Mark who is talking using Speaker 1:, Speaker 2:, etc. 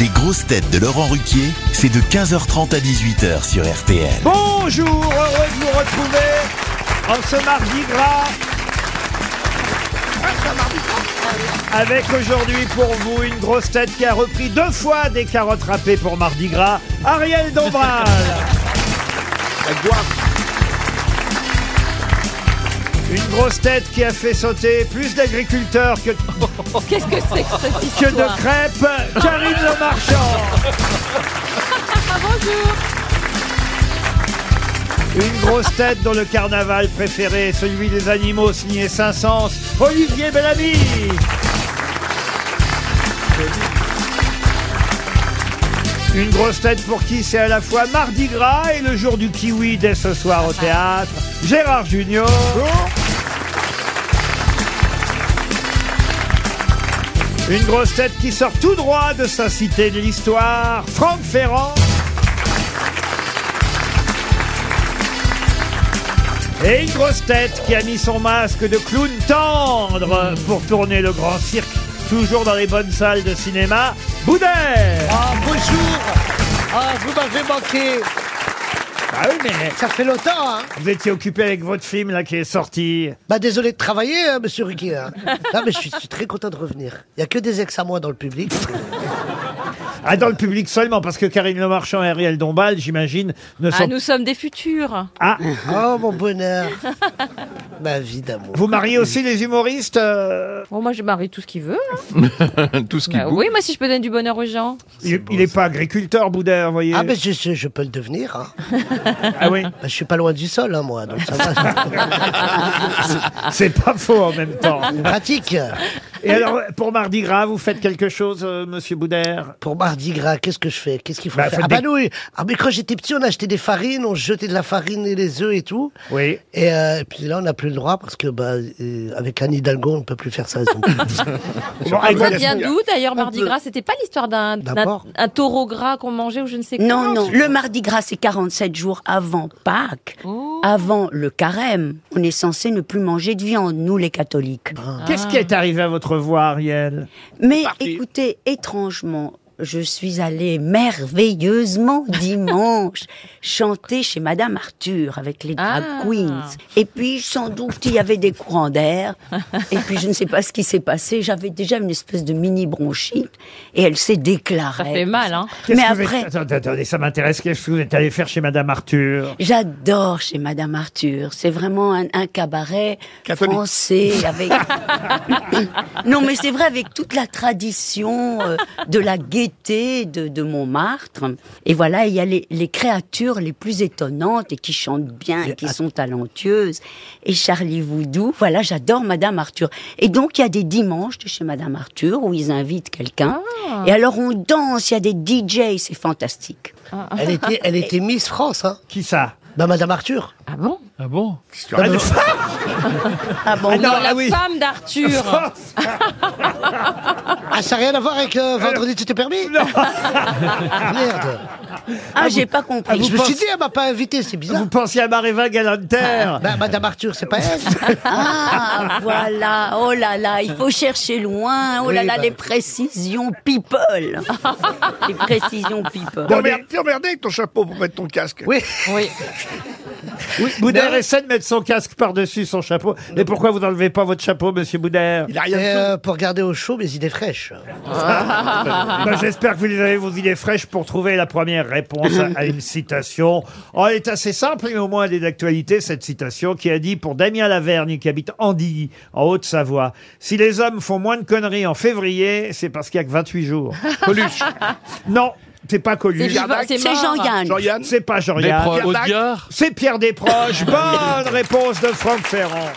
Speaker 1: Les grosses têtes de Laurent Ruquier, c'est de 15h30 à 18h sur RTL.
Speaker 2: Bonjour, heureux de vous retrouver en ce mardi gras. Avec aujourd'hui pour vous une grosse tête qui a repris deux fois des carottes râpées pour mardi gras, Ariel Dombal. Une grosse tête qui a fait sauter plus d'agriculteurs que,
Speaker 3: Qu'est-ce que c'est que cette
Speaker 2: que
Speaker 3: histoire
Speaker 2: de crêpes, Karine Le Marchand.
Speaker 3: Ah, bonjour
Speaker 2: Une grosse tête dont le carnaval préféré est celui des animaux signé Saint-Saëns, Olivier Bellamy. Une grosse tête pour qui c'est à la fois Mardi Gras et le jour du kiwi dès ce soir au théâtre, Gérard Junior. Une grosse tête qui sort tout droit de sa cité de l'histoire, Franck Ferrand. Et une grosse tête qui a mis son masque de clown tendre pour tourner le grand cirque, toujours dans les bonnes salles de cinéma, Boudet
Speaker 4: Ah, bonjour Ah, vous m'avez manqué
Speaker 2: Ah oui, mais
Speaker 4: Ça fait longtemps, hein
Speaker 2: vous étiez occupé avec votre film là qui est sorti.
Speaker 4: Bah, désolé de travailler, hein, monsieur Riquier. hein. Non, mais je suis, je suis très content de revenir. Il n'y a que des ex à moi dans le public.
Speaker 2: Ah, dans le public seulement, parce que Karine Le Marchand et Ariel Dombal, j'imagine, ne sont...
Speaker 3: Ah, nous sommes des futurs
Speaker 2: Ah,
Speaker 4: Oh, mon bonheur Ma vie d'amour.
Speaker 2: vous mariez aussi les humoristes euh,
Speaker 3: Bon, moi, je marie tout ce qu'il veut. hein.
Speaker 5: Tout ce qui
Speaker 3: Bah
Speaker 5: bouge.
Speaker 3: oui, moi, si je peux donner du bonheur aux gens.
Speaker 2: Il il est pas agriculteur, Boudet, vous voyez
Speaker 4: Ah, mais je, je- je peux le devenir. Hein.
Speaker 2: Ah oui,
Speaker 4: Bah, je suis pas loin du sol, hein, moi, donc ça va.
Speaker 2: c'est pas faux en même temps.
Speaker 4: Pratique
Speaker 2: Et alors, pour Mardi Gras, vous faites quelque chose, euh, monsieur Boudet
Speaker 4: Pour Mardi Gras, qu'est-ce que je fais Qu'est-ce qu'il faut
Speaker 2: Bah,
Speaker 4: faire
Speaker 2: faites
Speaker 4: Ah, bah
Speaker 2: des-
Speaker 4: non, oui. Ah, mais quand j'étais petit, on achetait des farines, on jetait de la farine et les œufs et tout.
Speaker 2: Oui.
Speaker 4: Et, euh, et puis là, on n'a plus le droit parce que, bah, euh, avec Anne Hidalgo, on ne peut plus faire ça. donc.
Speaker 2: Bon, avec
Speaker 3: Ça
Speaker 2: la-
Speaker 3: vient d'où, d'ailleurs, Mardi Gras C'était pas l'histoire d'un
Speaker 4: D'un
Speaker 3: d'un-
Speaker 4: porc.
Speaker 3: un taureau gras qu'on mangeait ou je ne sais quoi
Speaker 6: Non, non. Le mardi gras, c'est 47 jours avant Pâques, avant le carême. On est censé ne plus manger de viande, nous les catholiques.
Speaker 3: Bah,
Speaker 2: Qu'est-ce qui est arrivé à votre voix, Ariel
Speaker 6: Mais écoutez, étrangement, je suis allée merveilleusement dimanche chanter chez Madame Arthur avec les drag
Speaker 3: Ah.
Speaker 6: queens. Et puis, sans doute, il y avait des courants d'air. Et puis, je ne sais pas ce qui s'est passé. J'avais déjà une espèce de mini bronchite et elle s'est déclarée.
Speaker 3: Ça fait mal, hein
Speaker 2: Qu'est-ce
Speaker 6: Mais
Speaker 2: que vous êtes-
Speaker 6: après,
Speaker 2: Attendez, attendez, ça m'intéresse. Qu'est-ce que vous êtes allé faire chez Madame Arthur
Speaker 6: J'adore chez Madame Arthur. C'est vraiment un, un cabaret français avec. non, mais c'est vrai avec toute la tradition euh, de la gaieté de, de Montmartre. Et voilà, il y a les, les créatures les plus étonnantes et qui chantent bien, et qui sont talentueuses. Et Charlie Voudou. Voilà, j'adore Madame Arthur. Et donc il y a des dimanches de chez Madame Arthur où ils invitent quelqu'un. Et alors on danse. Il y a des DJ. C'est fantastique.
Speaker 4: Elle était, elle était Miss France, hein
Speaker 2: Qui ça
Speaker 4: Bah, Madame Arthur.
Speaker 3: Ah bon
Speaker 5: Ah bon
Speaker 2: Ah, non.
Speaker 6: Ah bon.
Speaker 2: non,
Speaker 3: La
Speaker 2: ah oui.
Speaker 3: femme d'Arthur
Speaker 4: Ah, ça n'a rien à voir avec euh, Vendredi, tu t'es permis
Speaker 2: Non.
Speaker 4: Merde.
Speaker 6: Ah, j'ai pas compris.
Speaker 4: je me
Speaker 2: pense-
Speaker 4: suis dit, elle m'a pas invité, c'est bizarre.
Speaker 2: Ah, Vous pensiez à Mareva Galanter
Speaker 4: Bah, Madame Arthur, c'est pas elle.
Speaker 6: Ah, voilà. Oh là là, il faut chercher loin. Oh là
Speaker 4: Oui,
Speaker 6: là,
Speaker 4: bah.
Speaker 6: les précisions people. les précisions people.
Speaker 7: T'es emmerdé, t'es emmerdé avec ton chapeau pour mettre ton casque.
Speaker 4: oui.
Speaker 3: Oui.
Speaker 2: Oui, Boudère essaie de mettre son casque par-dessus son chapeau. Et pourquoi vous n'enlevez pas votre chapeau, monsieur Boudère
Speaker 7: Il a
Speaker 4: Et,
Speaker 7: rien de
Speaker 4: euh, pour garder au chaud mes idées fraîches.
Speaker 2: Ben, J'espère que vous les avez vos idées fraîches pour trouver la première réponse à- à une citation. Oh, elle est assez simple, mais au moins elle est d'actualité, cette citation qui a dit pour Damien Lavergne, qui habite Andilly, en Haute-Savoie, si les hommes font moins de conneries en février, c'est parce qu'il n'y a que 28 jours.
Speaker 5: Coluche,
Speaker 2: Non, c'est pas
Speaker 3: C'est
Speaker 2: Coluche.
Speaker 3: vivant,
Speaker 6: C'est
Speaker 3: mort.
Speaker 6: Jean-Yann.
Speaker 7: Jean-Yann,
Speaker 2: C'est pas jean
Speaker 5: des
Speaker 2: yann
Speaker 5: proches
Speaker 7: Pierre Dac.
Speaker 5: Audiard.
Speaker 2: C'est Pierre Desproges. Bonne réponse de Franck Ferrand.